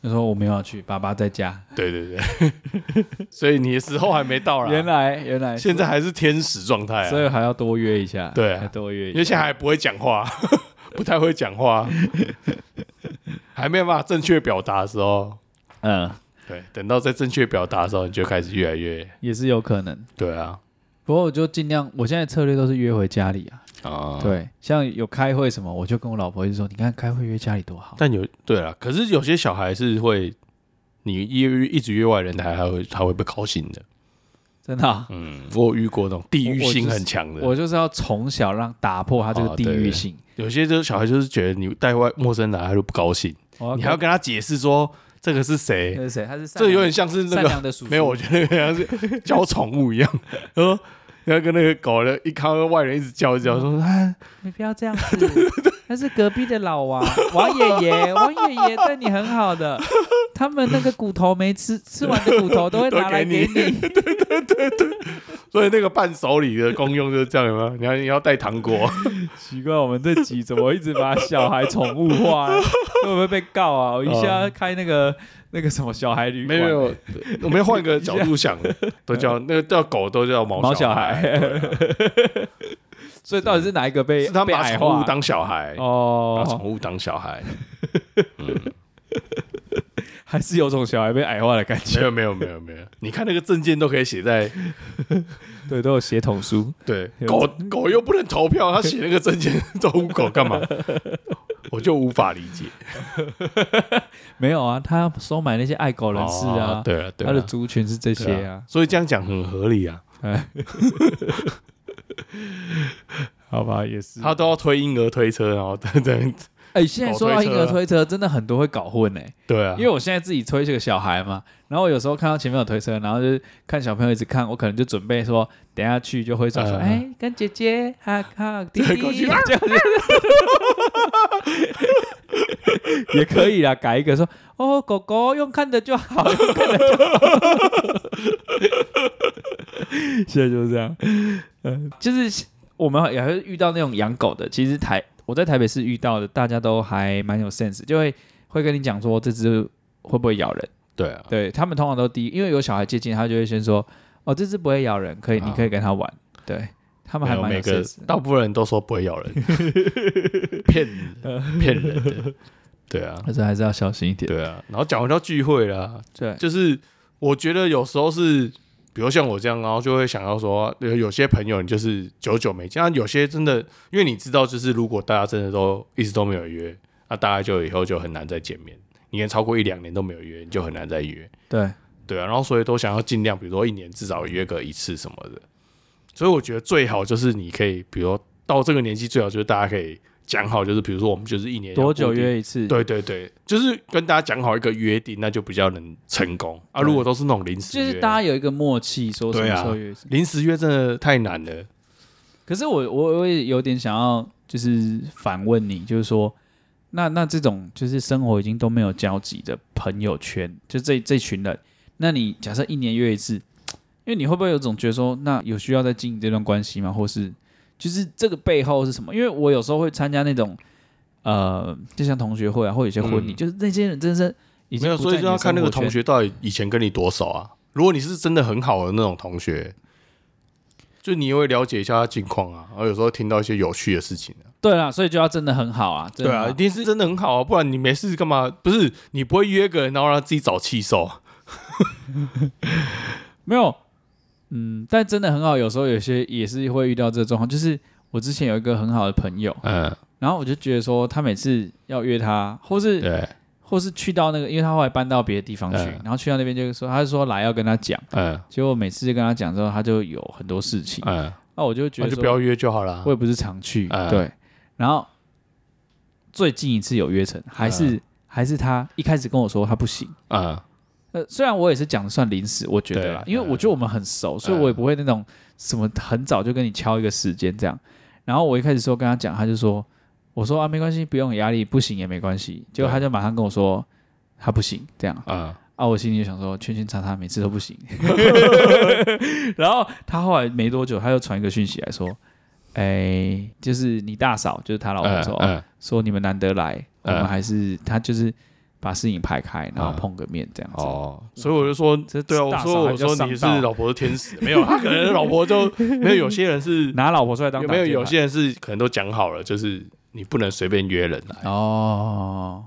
S1: 就说我没有要去，爸爸在家。
S2: 对对对， 所以你的时候还没到啦。
S1: 原来原来，
S2: 现在还是天使状态、
S1: 所
S2: 啊，
S1: 以还要多约一下，
S2: 对啊
S1: 还多约一下，
S2: 因为现在还不会讲话， 不太会讲话，还没有办法正确表达的时候，
S1: 嗯，
S2: 对，等到在正确表达的时候，你就开始越来越，
S1: 也是有可能。
S2: 对啊，
S1: 不过我就尽量，我现在策略都是约回家里啊。
S2: 啊，，
S1: 对，像有开会什么，我就跟我老婆一直说，你看开会约家里多好。
S2: 但有对了，可是有些小孩是会，你约一直约外人，他还会他会不高兴的，
S1: 真的啊、
S2: 嗯，我有遇过那种地域
S1: 我我
S2: 性
S1: 就是
S2: 很强的，
S1: 我就是要从小让打破他这个
S2: 哦
S1: 地
S2: 对
S1: 域
S2: 对
S1: 性。
S2: 有些就是小孩就是觉得你带外陌生人来，他就不高兴，
S1: 我要
S2: 你还要
S1: 跟
S2: 跟他解释说这个是谁
S1: 那，是谁？他是善
S2: 这有
S1: 良
S2: 点像是那
S1: 善
S2: 个
S1: 良的叔叔，
S2: 没有，我觉得像是教宠物一样，然后然后跟那个狗的一看到外人一直叫一直叫，说哎，
S1: 你不要这样 子。那是隔壁的老王王爷爷，王爷爷对你很好的，他们那个骨头没吃，吃完的骨头都会
S2: 都
S1: 拿来
S2: 给
S1: 给你。
S2: 所以那个伴手礼的功用就是这样，有没有？你要你要带 糖果，
S1: 奇怪，我们这集怎么一直把小孩宠物 化？会不会被告啊？我一下开那个、那个什么小孩旅
S2: 哦没
S1: 馆，
S2: 有没有，我们要换个角度想， 都叫那个叫狗都叫毛
S1: 毛
S2: 小
S1: 小
S2: 啊
S1: 孩， 所以到底是哪一个被
S2: 是他们
S1: 被
S2: 把
S1: 矮
S2: 宠
S1: 化
S2: 物？当小孩，把
S1: 哦，
S2: 宠物当小孩，
S1: 还是有种小孩被矮化的感
S2: 没
S1: 觉。
S2: 有没有没有没有，你看那个证件都可以写在
S1: 对，都有血统书。
S2: 对
S1: 有
S2: 狗狗又不能投票，他写那个证件 照顾狗干 嘛？我就无法理解。
S1: 没有啊，他收买那些爱狗人士啊，
S2: 哦对了对
S1: 他的
S2: 了，
S1: 族群是这
S2: 对
S1: 些啊。
S2: 所以这样讲很合理啊，
S1: 好吧，也是。
S2: 他都要推婴儿推车，然后等等
S1: 哎、现在说到婴儿推车，真的很多会搞混哎、
S2: 对啊，
S1: 因为我现在自己推这个小孩嘛，然后我有时候看到前面有推车，然后就看小朋友一直看，我可能就准备说等一下去就挥手说，
S2: 嗯
S1: 哎、跟姐姐哈哈弟
S2: 对
S1: 弟
S2: 过去
S1: 这样 子也可以啦，改一个说哦，狗狗用看的就好，用看的就好。现在就是这样，嗯，就是我们也会遇到那种养狗的，其实台我在台北市遇到的，大家都还蛮有 sense，就会会跟你讲说这只会不会咬人。
S2: 对啊，
S1: 对他们通常都第一，因为有小孩接近，他就会先说：“哦，这只不会咬人，可以，
S2: 啊
S1: 你可以跟它玩。”对他们
S2: 没
S1: 还
S2: 有
S1: 蛮有
S2: 每个
S1: sense 的
S2: 大部分人都说不会咬人，骗人骗人的，对啊，
S1: 但是还是要小心一点。
S2: 对啊。然后讲回到聚会啦，
S1: 对，
S2: 就是我觉得有时候是，比如像我这样，然后就会想要说，有有些朋友你就是久久没见，那有些真的，因为你知道，就是如果大家真的都一直都没有约，那大家就以后就很难再见面。你连超过一两年都没有约，你就很难再约，
S1: 对，
S2: 对啊。然后所以都想要尽量，比如说一年至少约个一次什么的。所以我觉得最好就是你可以，比如到这个年纪，最好就是大家可以讲好，就是比如说我们就是一年要
S1: 多久
S2: 固定
S1: 约一次？
S2: 对对对，就是跟大家讲好一个约定，那就比较能成功啊。
S1: 对
S2: 如果都是那种临时
S1: 就
S2: 约，
S1: 是大家有一个默契，说什
S2: 对
S1: 么
S2: 啊
S1: 时候约一次。
S2: 临时约真的太难了。
S1: 可是我我我也有点想要就是反问你，就是说，那那这种就是生活已经都没有交集的朋友圈，就这这群人，那你假设一年约一次，因为你会不会有种觉得说，那有需要再经营这段关系吗？或是就是这个背后是什么？因为我有时候会参加那种呃，就像同学会啊，或有些婚礼，
S2: 嗯
S1: 就是那些人真是已经
S2: 没有，
S1: 不
S2: 所以
S1: 在
S2: 就
S1: 你
S2: 要
S1: 的
S2: 看那个
S1: 生活
S2: 同
S1: 圈
S2: 学到底以前跟你多熟啊。如果你是真的很好的那种同学，就你也会了解一下他近况啊，然后有时候听到一些有趣的事情啊、
S1: 对啦，所以就要真的很好啊，真
S2: 对
S1: 的
S2: 啊，
S1: 很
S2: 一
S1: 好，
S2: 定是真的很好啊，不然你没事干嘛？不是你不会约个人，然后让他自己找气受。
S1: 没有，嗯，但真的很好。有时候有些也是会遇到这个状况，就是我之前有一个很好的朋友，
S2: 嗯，
S1: 然后我就觉得说，他每次要约他，或是
S2: 对，
S1: 或是去到那个，因为他后来搬到别的地方去，
S2: 嗯
S1: 然后去到那边就是说，他就说来要跟他讲，
S2: 嗯
S1: 结果每次就跟他讲之后，他就有很多事情，
S2: 嗯，
S1: 那我就觉
S2: 那
S1: 得说
S2: 就不要约就好了
S1: 我。也不是常去，
S2: 嗯
S1: 对，然后最近一次有约成，还
S2: 啊
S1: 是、还是他一开始跟我说他不行。
S2: 嗯，
S1: 呃，虽然我也是讲的算临时，我觉得啦，
S2: 对嗯
S1: 因为我觉得我们很熟，所以我也不会那种什么很早就跟你敲一个时间这样。然后我一开始说跟他讲，他就说，我说啊没关系，不用有压力，不行也没关系。结果他就马上跟我说他不行这样
S2: 嗯，
S1: 啊，我心里就想说圈圈叉叉每次都不 行。 然后他后来没多久他又传一个讯息来说，哎，就是你大嫂，就是他老婆说，
S2: 嗯
S1: 说你们难得来，我
S2: 嗯
S1: 们还是他就是把事情排开，然后
S2: 嗯
S1: 碰个面这样子。
S2: 哦，所以我就说
S1: 这，
S2: 对啊，我
S1: 大
S2: 说
S1: 嫂
S2: 我
S1: 还叫
S2: 说
S1: 上
S2: 你是
S1: 道
S2: 老婆的天使，没 有，啊他可能老婆 就没有，有些人是
S1: 拿老婆出来当
S2: 有没有
S1: 挡箭牌
S2: 有些人是可能都讲好了，就是你不能随便约人来，
S1: 哦，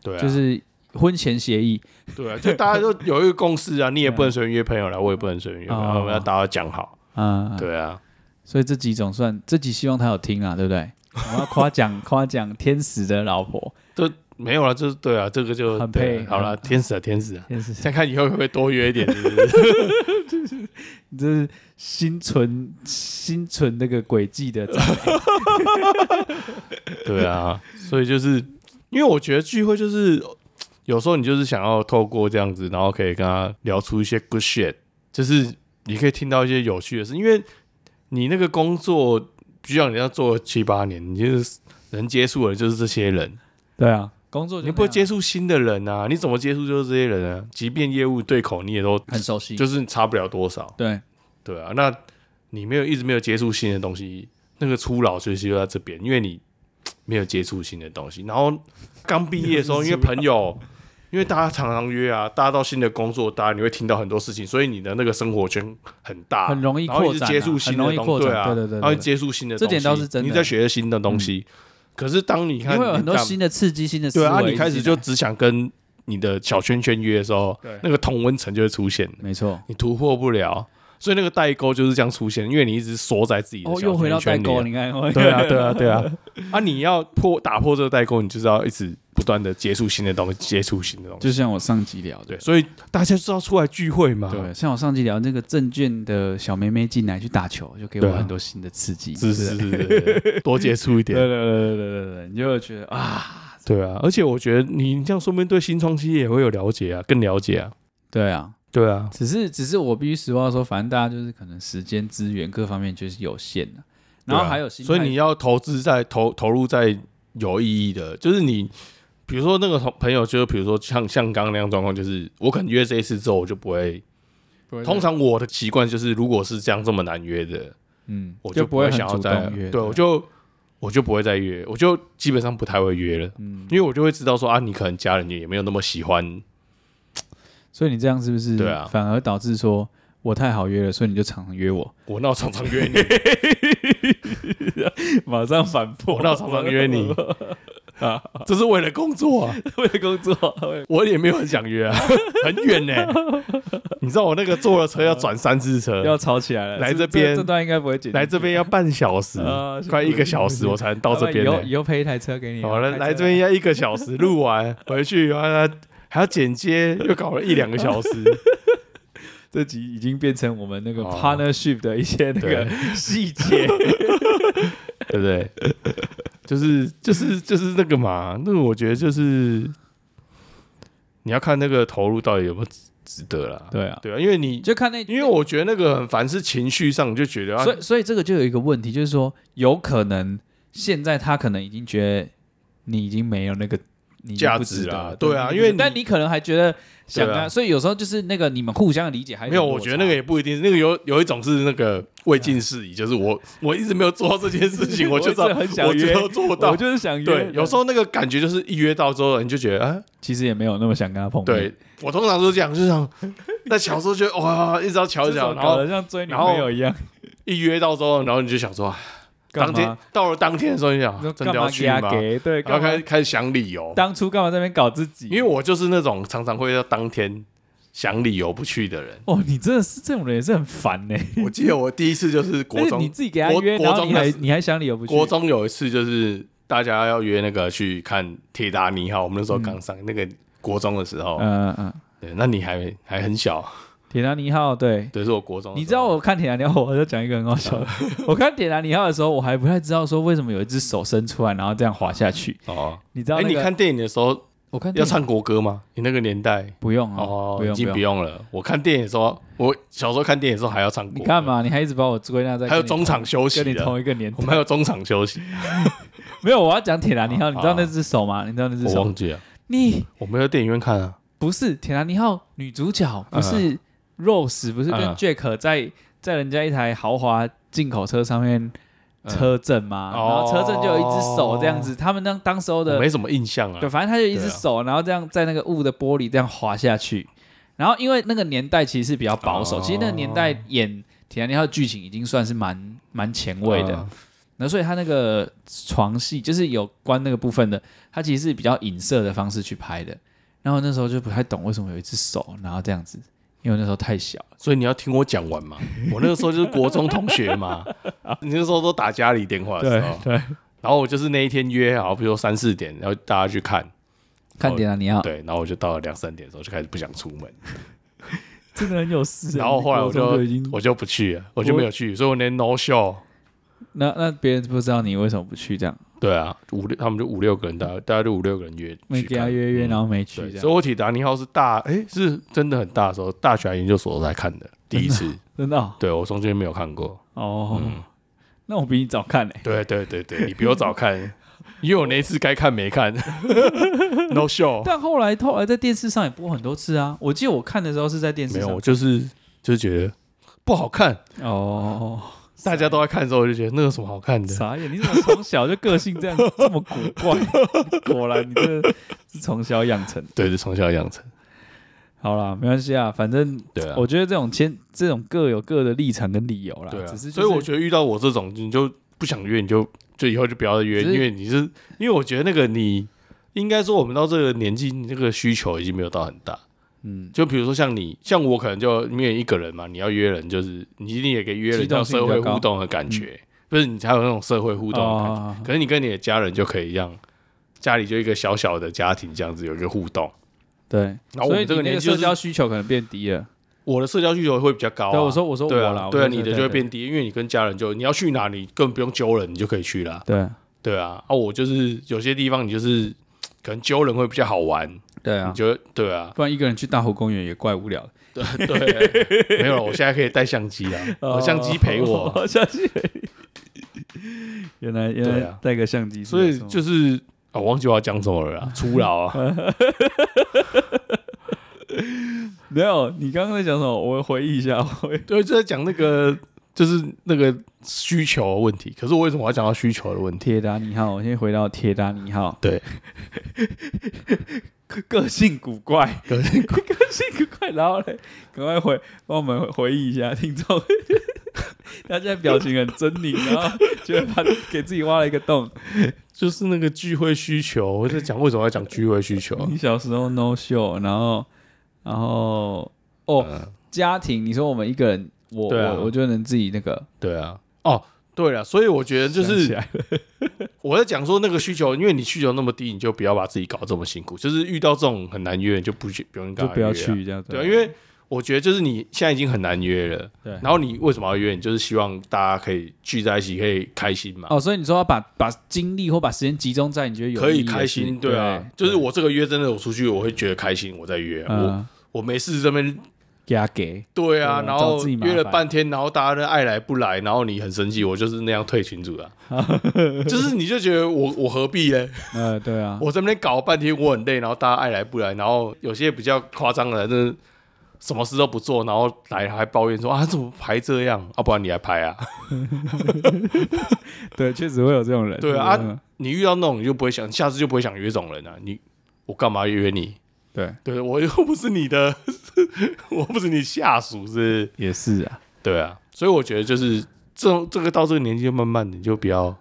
S2: 对啊，
S1: 就是婚前协议，
S2: 对啊，就大家都有一个共识啊，你也
S1: 对啊
S2: 不 能随便约朋友来，我也不能随便约朋友来，
S1: 哦
S2: 我们要大家讲好，
S1: 嗯，，
S2: 对啊，
S1: 所以这几种算这集希望他有听啊，对不对？我要夸奖 夸奖天使的老婆，
S2: 都没有了，就是对啊，这个就
S1: 很
S2: 对啊
S1: 配
S2: 好了，
S1: 嗯
S2: 天使啊，天使啊，
S1: 天使，
S2: 再看以后会不会多约一点，是不是
S1: 你这是心存心存那个诡计的赞美，
S2: 对啊，所以就是因为我觉得聚会就是有时候你就是想要透过这样子，然后可以跟他聊出一些 good shit，就是你可以听到一些有趣的事，因为你那个工作就像你要做七八年，你就是能接触的就是这些人，
S1: 对啊，工作就
S2: 你不会
S1: 那样
S2: 接触新的人啊，你怎么接触就是这些人啊？即便业务对口，你也都
S1: 很熟悉，
S2: 就是差不了多少，
S1: 对，
S2: 对啊，那你没有一直没有接触新的东西，那个初老学习就在这边，因为你没有接触新的东西。然后刚毕业的时候，因为朋友， 因为大家常常约啊，大家到新的工作，大家你会听到很多事情，所以你的那个生活圈很大，
S1: 很容易
S2: 然后
S1: 扩
S2: 一直
S1: 展啊，
S2: 接触新
S1: 很
S2: 的
S1: 容易
S2: 东
S1: 扩
S2: 西，
S1: 展，
S2: 对啊，
S1: 对对对
S2: 然后
S1: 对
S2: 一直接触新的东西，
S1: 这点倒是真的
S2: 你在学新的东西，可是当你
S1: 对
S2: 看
S1: 你会有很多
S2: 干
S1: 新的刺激，新的思
S2: 对
S1: 维，
S2: 啊，你开始就只想跟你的小圈圈约的时候
S1: 对，
S2: 那个同温层就会出现。
S1: 没错。
S2: 你突破不了，所以那个代沟就是这样出现，因为你一直缩在自己的
S1: 哦，
S2: 小
S1: 又回到代
S2: 圈圈里啊
S1: 沟，你看，
S2: 对啊，对啊，对啊，啊，你要破打破这个代沟，你就是要一直不断的接触新的东西，接触新的东西。
S1: 就像我上集聊的
S2: 对，，所以大家就是要出来聚会嘛，
S1: 对，像我上集聊那个证券的小妹妹进来去打球，就给
S2: 对
S1: 我
S2: 啊
S1: 很多新的刺激，
S2: 是
S1: 对
S2: 是是是，是多接触一
S1: 对对对
S2: 点，
S1: 对对对对，你就会觉得啊，子。
S2: 对啊，而且我觉得你这样说不定对新创企业也会有了解啊，更了解啊。
S1: 对啊，
S2: 对啊，
S1: 只是只是我必须实话说，反正大家就是可能时间资源各方面就是有限的、然
S2: 对
S1: 后
S2: 啊
S1: 还有心态，
S2: 所以你要投资在投投入在有意义的，就是你比如说那个同朋友，就是比如说像像刚刚那样状况，就是我可能约这一次之后，我就不会。通常我的习惯就是，如果是这样这么难约的，
S1: 嗯，
S2: 我
S1: 就
S2: 不
S1: 会
S2: 会
S1: 很
S2: 想要
S1: 主
S2: 再
S1: 动约，
S2: 对我就我就不会再约，我就基本上不太会约了，
S1: 嗯，
S2: 因为我就会知道说啊，你可能家人也没有那么喜欢，
S1: 所以你这样是不是
S2: 对啊
S1: 反而导致说我太好约了，所以你就常常约 我，
S2: 我闹常常约你，
S1: 马上反驳，
S2: 我闹常常 约 你啊，这是为了工作啊，
S1: 为了工作，
S2: 我也没有很想约啊， 很远呢、你知道我那个坐了车要转三次 车，
S1: 要吵起来了。
S2: 来
S1: 是
S2: 这边
S1: 这段应该不会剪进去，
S2: 来这边要半小时
S1: 啊，
S2: 快一个小时我才能到这边
S1: 要
S2: 呢、
S1: 不然以后以后配一台车给你啊，
S2: 好了，
S1: 开车
S2: 来这边要一个小时录完，回去啊还还要剪接，又搞了一两个 小时。
S1: 这集已经变成我们那个
S2: 哦
S1: partnership 的一些那个细 节。
S2: 对不对？就是就是就是那个嘛，那我觉得就是你要看那个投入到底有没有值值得啦。
S1: 对啊，
S2: 对啊，因为你
S1: 就看那，
S2: 因为我觉得那个很凡是情绪上，你就觉得啊
S1: 所，以所以这个就有一个问题，就是说有可能现在他可能已经觉得你已经没有那个你已经
S2: 价
S1: 不
S2: 值
S1: 值得
S2: 啦
S1: 了
S2: 对啊
S1: 你
S2: 因为你
S1: 但你可能还觉得想
S2: 对
S1: 啊，
S2: 啊
S1: 所以有时候就是那个你们互相的理解还
S2: 没有，
S1: 点
S2: 我
S1: 落
S2: 觉得
S1: 差
S2: 那个也不一定。那个有有一种是那个未尽 事宜，就是我 我一直没有做到这件事情，
S1: 我
S2: 就
S1: 一
S2: 知
S1: 直
S2: 道
S1: 很想
S2: 我就
S1: 约
S2: 要做到
S1: 我。就是想约
S2: 对
S1: 人，
S2: 有时候那个感觉就是一约到之后，你就觉得啊，
S1: 其实也没有那么想跟他碰面，
S2: 对我通常都这样，就 是想在小时候觉得哇，一直要瞧
S1: 这
S2: 一瞧，
S1: 种
S2: 然后
S1: 搞得像追女
S2: 然后
S1: 朋友一样，
S2: 一约到之后，然后你就想说，啊
S1: 干
S2: 当天
S1: 嘛？
S2: 到了当天的时候，你想
S1: 你说
S2: 真
S1: 干
S2: 的
S1: 嘛
S2: 要
S1: 给
S2: 去
S1: 他
S2: 吗？
S1: 给？对，
S2: 然后
S1: 干
S2: 开
S1: 嘛
S2: 始开始想理由，
S1: 当初干嘛在那边搞自己？。
S2: 因为我就是那种常常会要当天想理由不去的人
S1: 哦，你真的是这种人也是很烦呢、
S2: 我记得我第一次就是国
S1: 但是你
S2: 中，
S1: 自己给他
S2: 国
S1: 约，
S2: 国
S1: 然后你
S2: 中的
S1: 还
S2: 时
S1: 你还想理由不去？
S2: 国中有一次就是大家要约那个去看《铁达尼号》，我们那时候刚上那个国中的时候，
S1: 嗯嗯嗯，
S2: 对，那你还还很小，
S1: 铁达尼号对。
S2: 对，是我国中的时候。
S1: 你知道我看《铁达尼号》，我就讲一个很好笑的。 我看《铁达尼号》的时候，我还不太知道说为什么有一只手伸出来，然后这样滑下去。
S2: 哦？
S1: 你知道、
S2: 哎，
S1: 那
S2: 你
S1: 个
S2: 看电影的时候
S1: 我看
S2: 要
S1: 电影
S2: 唱国歌吗？你那个年代？
S1: 不用啊，
S2: 哦
S1: 不，
S2: 已
S1: 用
S2: 经
S1: 不
S2: 不用了。我看电影的时候，我小时候看电影的时候还要唱国歌。
S1: 你看嘛，你还一直把我归纳在
S2: 还有
S1: 跟你
S2: 中场休息
S1: 跟你
S2: 的，
S1: 同一个年
S2: 我
S1: 代。
S2: 们还有中场休息，
S1: 没有，我要讲《铁达尼号》，你知道
S2: 啊
S1: 那只手吗？你知道那只
S2: 我
S1: 手？
S2: 忘记了，
S1: 你
S2: 我没有电影院看啊。
S1: 不是《铁达尼号》女主角，不是 Rose，不是跟
S2: 嗯
S1: Jack 在在人家一台豪华进口车上面车震吗？
S2: 哦
S1: 然后车震就有一只手这样子，他们当当时候
S2: 我
S1: 的
S2: 没什么印象
S1: 对，
S2: 啊。
S1: 反正他就一只
S2: 对啊
S1: 手，然后这样在那个雾的玻璃这样滑下去。然后因为那个年代其实是比较保守，
S2: 哦
S1: 其实那个年代演《铁达尼号》剧情已经算是蛮蛮前卫的。
S2: 嗯
S1: 那所以他那个床戏就是有关那个部分的，他其实是比较影射的方式去拍的。然后那时候就不太懂为什么有一只手，然后这样子，因为那时候太小了。
S2: 所以你要听我 讲完嘛。我那个时候就是国中同学嘛，你那个时候都打家里电话的时候，
S1: 对，
S2: 然后我就是那一天约好，比如说三四点，然后大家去看，
S1: 看点啊，你好，
S2: 对，然后我就到了两三点的时候就开始不想出门，
S1: 真的很有事啊。
S2: 然后后来
S1: 你
S2: 我
S1: 高中已经
S2: 就，我就不去了，我就没有去，所以我连 no show。
S1: 那那别人不知道你为什么不去这样，
S2: 对啊，五六他们就五六个人，大家大家就五六个人约
S1: 没
S2: 去
S1: 给他
S2: 看
S1: 约约，
S2: 嗯
S1: 然后没去
S2: 对，
S1: 这
S2: 所
S1: 样，
S2: 以我铁达尼号是大，哎、是真的很大的时候，大学研究所才看的第 一次。
S1: 真的哦
S2: 对我中间没有看过。
S1: 哦。
S2: 嗯
S1: 那我比你早看欸嘞，
S2: 对对对对，你比我早 看，因为我那一次该看没 看，no show。
S1: 但后来后来在电视上也播很多次啊。我记得我看的时候是在电视
S2: 没有，
S1: 上
S2: 我就是就是觉得不好看，
S1: 哦，
S2: 大家都在看的时候，我就觉得那有什么好看的？
S1: 傻眼！你怎么从小就个性这样这么古怪？果然你这是从小养成。
S2: 对，是从小养成。
S1: 好啦，没关系啊，反正
S2: 对啊，
S1: 我觉得这种千这种各有各的立场跟理由啦。
S2: 对啊，
S1: 只是、
S2: 所以我觉得遇到我这种，你就不想约，你就就以后就不要再约，
S1: 只是
S2: 因为你是因为我觉得那个你应该说我们到这个年纪，你那个需求已经没有到很大。
S1: 嗯，
S2: 就比如说像你，像我可能就因为一个人嘛，你要约人，就是你一定也可以约
S1: 机
S2: 人
S1: 动
S2: 到
S1: 性
S2: 社
S1: 比
S2: 会
S1: 较高嗯
S2: 互动的感觉，不是你才有那种社会互动的感觉。
S1: 哦
S2: 可是你跟你的家人就可以让家里就一个小小的家庭这样子有一个互动。
S1: 对，
S2: 然后我
S1: 所以
S2: 们这
S1: 你
S2: 个
S1: 那
S2: 年
S1: 个
S2: 纪就
S1: 社
S2: 是
S1: 交需求可能变低了。
S2: 我的社交需求会比较高、啊。
S1: 对，我说我说我
S2: 对
S1: 啦，
S2: 啊，
S1: 我
S2: 对啊，
S1: 说
S2: 你的
S1: 对
S2: 就会
S1: 对
S2: 变低，因为你跟家人就你要去哪里更不用揪人，你就可以去啦。
S1: 对。
S2: 对啊，啊，我就是有些地方你就是可能揪人会比较好玩，
S1: 对
S2: 你
S1: 啊，
S2: 觉得 对啊，
S1: 不然一个人去大湖公园也怪无聊的。
S2: 对，没有了，我现在可以带相机啊，
S1: 哦
S2: 我相机陪我，，
S1: 相机陪你。原来原
S2: 对
S1: 来
S2: 啊
S1: 带个相机是
S2: 所
S1: 有
S2: 以
S1: 什么，
S2: 就是啊，我忘记我要讲什 么了啦，初老
S1: 嗯
S2: 啊，
S1: 没有你刚刚在讲什么？我回忆一 下，我会
S2: 对，就在讲那个就是那个需求的问题，可是我为什么要讲到需求的问题？
S1: 铁达尼号，我先回到铁达尼号，
S2: 对，
S1: 个性古怪，
S2: 个性
S1: 古怪，然后嘞，赶快回帮我们回忆一下听众， 他现在表情很狰狞，然后觉得他给自己挖了一个洞。
S2: 就是那个聚会需求，我在讲为什么要讲聚会需求啊，
S1: 你小时候 no show，然后然后哦，
S2: 嗯
S1: 家庭，你说我们一个人，我、
S2: 对啊
S1: 我我就能自己那个，
S2: 对啊，哦，对了，所以我觉得就
S1: 想起
S2: 是啊
S1: 来
S2: 我在讲说那个需求，因为你需求那么低，你就不要把自己搞得这么辛苦，就是遇到这种很难约，你就不去，不用跟
S1: 就
S2: 他
S1: 不要
S2: 约啊
S1: 去这样子，
S2: 对，因为我觉得就是你现在已经很难约了，
S1: 对
S2: 然后你为什么要约？你就是希望大家可以聚在一起，可以开心嘛，
S1: 哦，所以你说要把把精力或把时间集中在你觉得有
S2: 可
S1: 意
S2: 以
S1: 义的
S2: 开
S1: 事
S2: 心，
S1: 对
S2: 对啊，就是我这个约真的我出去我会觉得开心，我在约啊，
S1: 嗯，
S2: 我我没事这边
S1: 给他给，
S2: 对啊，
S1: 对找
S2: 然后
S1: 自己麻
S2: 约了
S1: 烦
S2: 半天，然后大家都爱来不来，然后你很生气，我就是那样退群主啊， 就是你就觉得我我何必呢？
S1: 呃，对啊，
S2: 我这边搞半天我很累，然后大家爱来不来，然后有些比较夸张的，就是什么事都不做，然后来还抱怨说啊怎么排这样啊，不然你来排啊？
S1: 对，确实会有这种人，
S2: 对啊
S1: 嗯
S2: 你遇到那种你就不会想，下次就不会想约这种人啊，你我干嘛约你？
S1: 对，
S2: 对我又不是你的， 我不是你下属是不是
S1: 也是啊。
S2: 对啊，所以我觉得就是这种这个到这个年纪，慢慢你就比较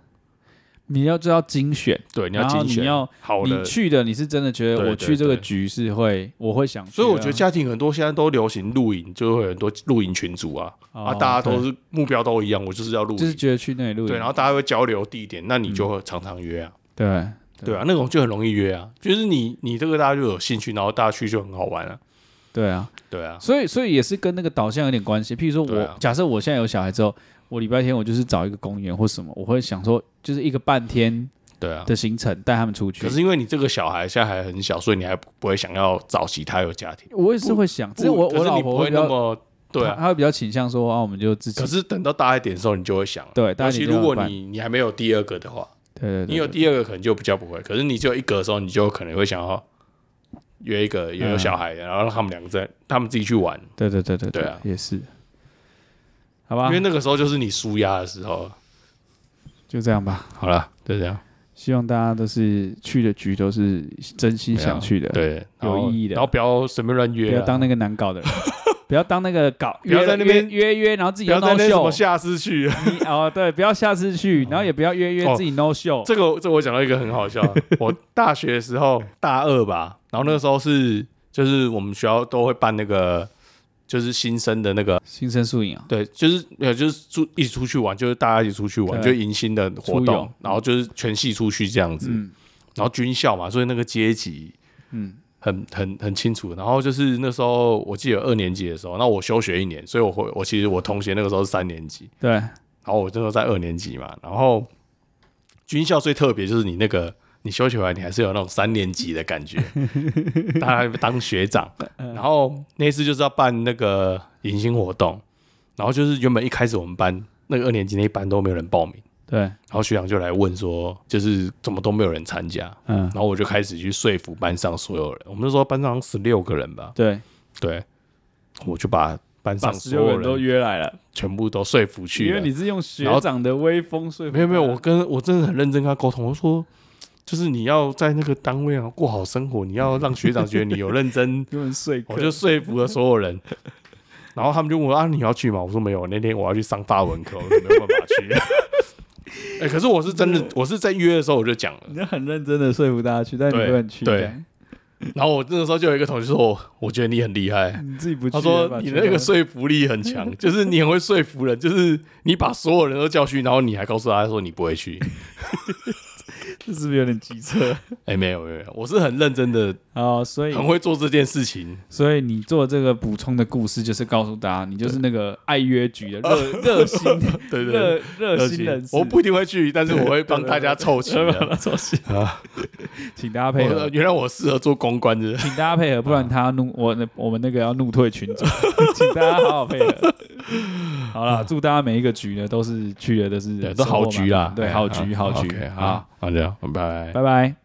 S1: 你要知道精选，
S2: 对，你要
S1: 然后
S2: 精
S1: 你
S2: 选
S1: 要
S2: 好
S1: 你
S2: 的。
S1: 去的，你是真的觉得
S2: 对
S1: 我
S2: 对
S1: 去这个
S2: 对
S1: 局是会，我会想去啊，
S2: 所以我觉得家庭很多现在都流行露营，就会有很多露营群组啊，
S1: 哦
S2: 啊，大家都
S1: 对
S2: 是目标都一样，我就是要露
S1: 就是
S2: 营，
S1: 觉得去那里露
S2: 对，
S1: 营
S2: 然，后大家会交流地点，那你就会常常约啊，
S1: 对
S2: 对啊，那种就很容易约啊，就是你你这个大家就有兴趣，然后大家去就很好玩啊，
S1: 对啊，
S2: 对啊，
S1: 所以所以也是跟那个导向有点关系。譬如说我
S2: 对啊
S1: 假设我现在有小孩之后，我礼拜天我就是找一个公园或什么，我会想说就是一个半天
S2: 对啊。
S1: 的行程带他们出去。
S2: 可是因为你这个小孩现在还很小，所以你还不会想要早期他有家庭，
S1: 我也是会想，只是
S2: 不
S1: 我
S2: 可
S1: 我
S2: 是
S1: 老
S2: 你
S1: 婆
S2: 不
S1: 会
S2: 会
S1: 比
S2: 那
S1: 较
S2: 么对啊
S1: 她，她会比较倾向说啊，我们就自己
S2: 可是等到大一点的时候，你就会想了。
S1: 对大
S2: 尤
S1: 一点
S2: 其
S1: 就
S2: 如果
S1: 怎么办
S2: 你你还没有第二个的话，
S1: 对对对，
S2: 你有
S1: 对
S2: 第二个可能就比较不会。可是你只有一个的时候，你就可能会想要约一个也有小孩
S1: 嗯
S2: 的，然后让他们两个在他们自己去玩，
S1: 对对对对
S2: 对啊
S1: 也是，好吧
S2: 因为，那个时候就是你舒压的时候。
S1: 就这样吧。
S2: 好了，就这样，
S1: 希望大家都是去的局都是真心想去的，，
S2: 对，
S1: 有
S2: 然后
S1: 意义的
S2: 然后不要随便乱
S1: 不
S2: 约啊，
S1: 要当那个难搞的 人，不要当那个搞，
S2: 不要
S1: 约
S2: 在那边
S1: 约约约，然后自己
S2: 不要
S1: 又
S2: 在
S1: no
S2: 那什
S1: show，
S2: 么下次去。啊
S1: 你哦对，不要下次去，然后也不要约约
S2: 哦
S1: 自己 no show，
S2: 这个这个我讲到一个很好 笑的，我大学的时候大二吧，然后那个时候是就是我们学校都会办那个就是新生的那个
S1: 新生宿营啊，
S2: 对，就是没有，就是出一起出去玩，就是大家一起出去玩，就
S1: 对
S2: 迎新的活
S1: 出
S2: 动
S1: 游，
S2: 然后就是全系出去这样子，
S1: 嗯
S2: 然后军校嘛，所以那个阶级
S1: 嗯，
S2: 很很很清楚。然后就是那时候我记得二年级的时候，那我休学一年，所以我回我其实我同学那个时候是三年级，
S1: 对，
S2: 然后我那时候在二年级嘛，然后军校最特别就是你那个。你休学完，你还是有那种三年级的感觉，大家当 学长。
S1: 嗯
S2: 然后那次就是要办那个迎新活动，然后就是原本一开始我们班那个二年级那一班都没有人报名，
S1: 对，
S2: 然后学长就来问说，就是怎么都没有人参加，
S1: 嗯
S2: 然，后我就开始去说服班上所有人。我们那时候班上十六个人吧，
S1: 对，
S2: 对，我就把班
S1: 把
S2: 上
S1: 十
S2: 所
S1: 六
S2: 有
S1: 人都
S2: 人
S1: 约来了。
S2: 全部都说服去
S1: 因
S2: 了
S1: 为你是用
S2: 然
S1: 学
S2: 后
S1: 长的威风说服他，
S2: 没有没有，我跟我真的很认真跟他沟通，我说就是你要在那个单位啊过好生活，你要让学长觉得你有认
S1: ，
S2: 真
S1: 有人睡
S2: 我就说服了所有人。然后他们就问我啊，你要去吗？我说没有，那天我要去上法文课，我没有办法去。 哎、可是我是真的，我是在约的时候我就讲了，
S1: 你就很认真的说服大家去，但你
S2: 对
S1: 不能去，
S2: 对
S1: 这样，
S2: 然后我那个时候就有一个同学说我，我觉得你很厉害。
S1: 你自己不去，
S2: 他说你那个说服力很强，就是你很会说服人，就是你把所有人都叫去，然后你还告诉他说你不会去，
S1: 这是不是有点机 车？
S2: 哎、没有没有没有，我是很认真的，
S1: 哦，所以
S2: 很会做这件 事情。
S1: 所以你做这个补充的故事，就是告诉大家，你就是那个爱约局的 热热心
S2: 对对对
S1: 热热心人士。
S2: 我不一 定会去，但是我会帮
S1: 对对对
S2: 大家凑齐
S1: 没有
S2: 的。
S1: 啦错心
S2: 啊
S1: 请大家配
S2: 我
S1: 合，
S2: 原来我适合做公关的。
S1: 请大家配合，不然他怒我那我们那个要怒退群 组，请大家好好配合。好了，祝大家每一个局呢都是去的都是
S2: 对，都好
S1: 收获
S2: 局
S1: 满
S2: 啦
S1: 满，对，
S2: 哎
S1: 好局好局
S2: OK，，
S1: 好
S2: 好，，那这样，拜拜。
S1: 拜拜。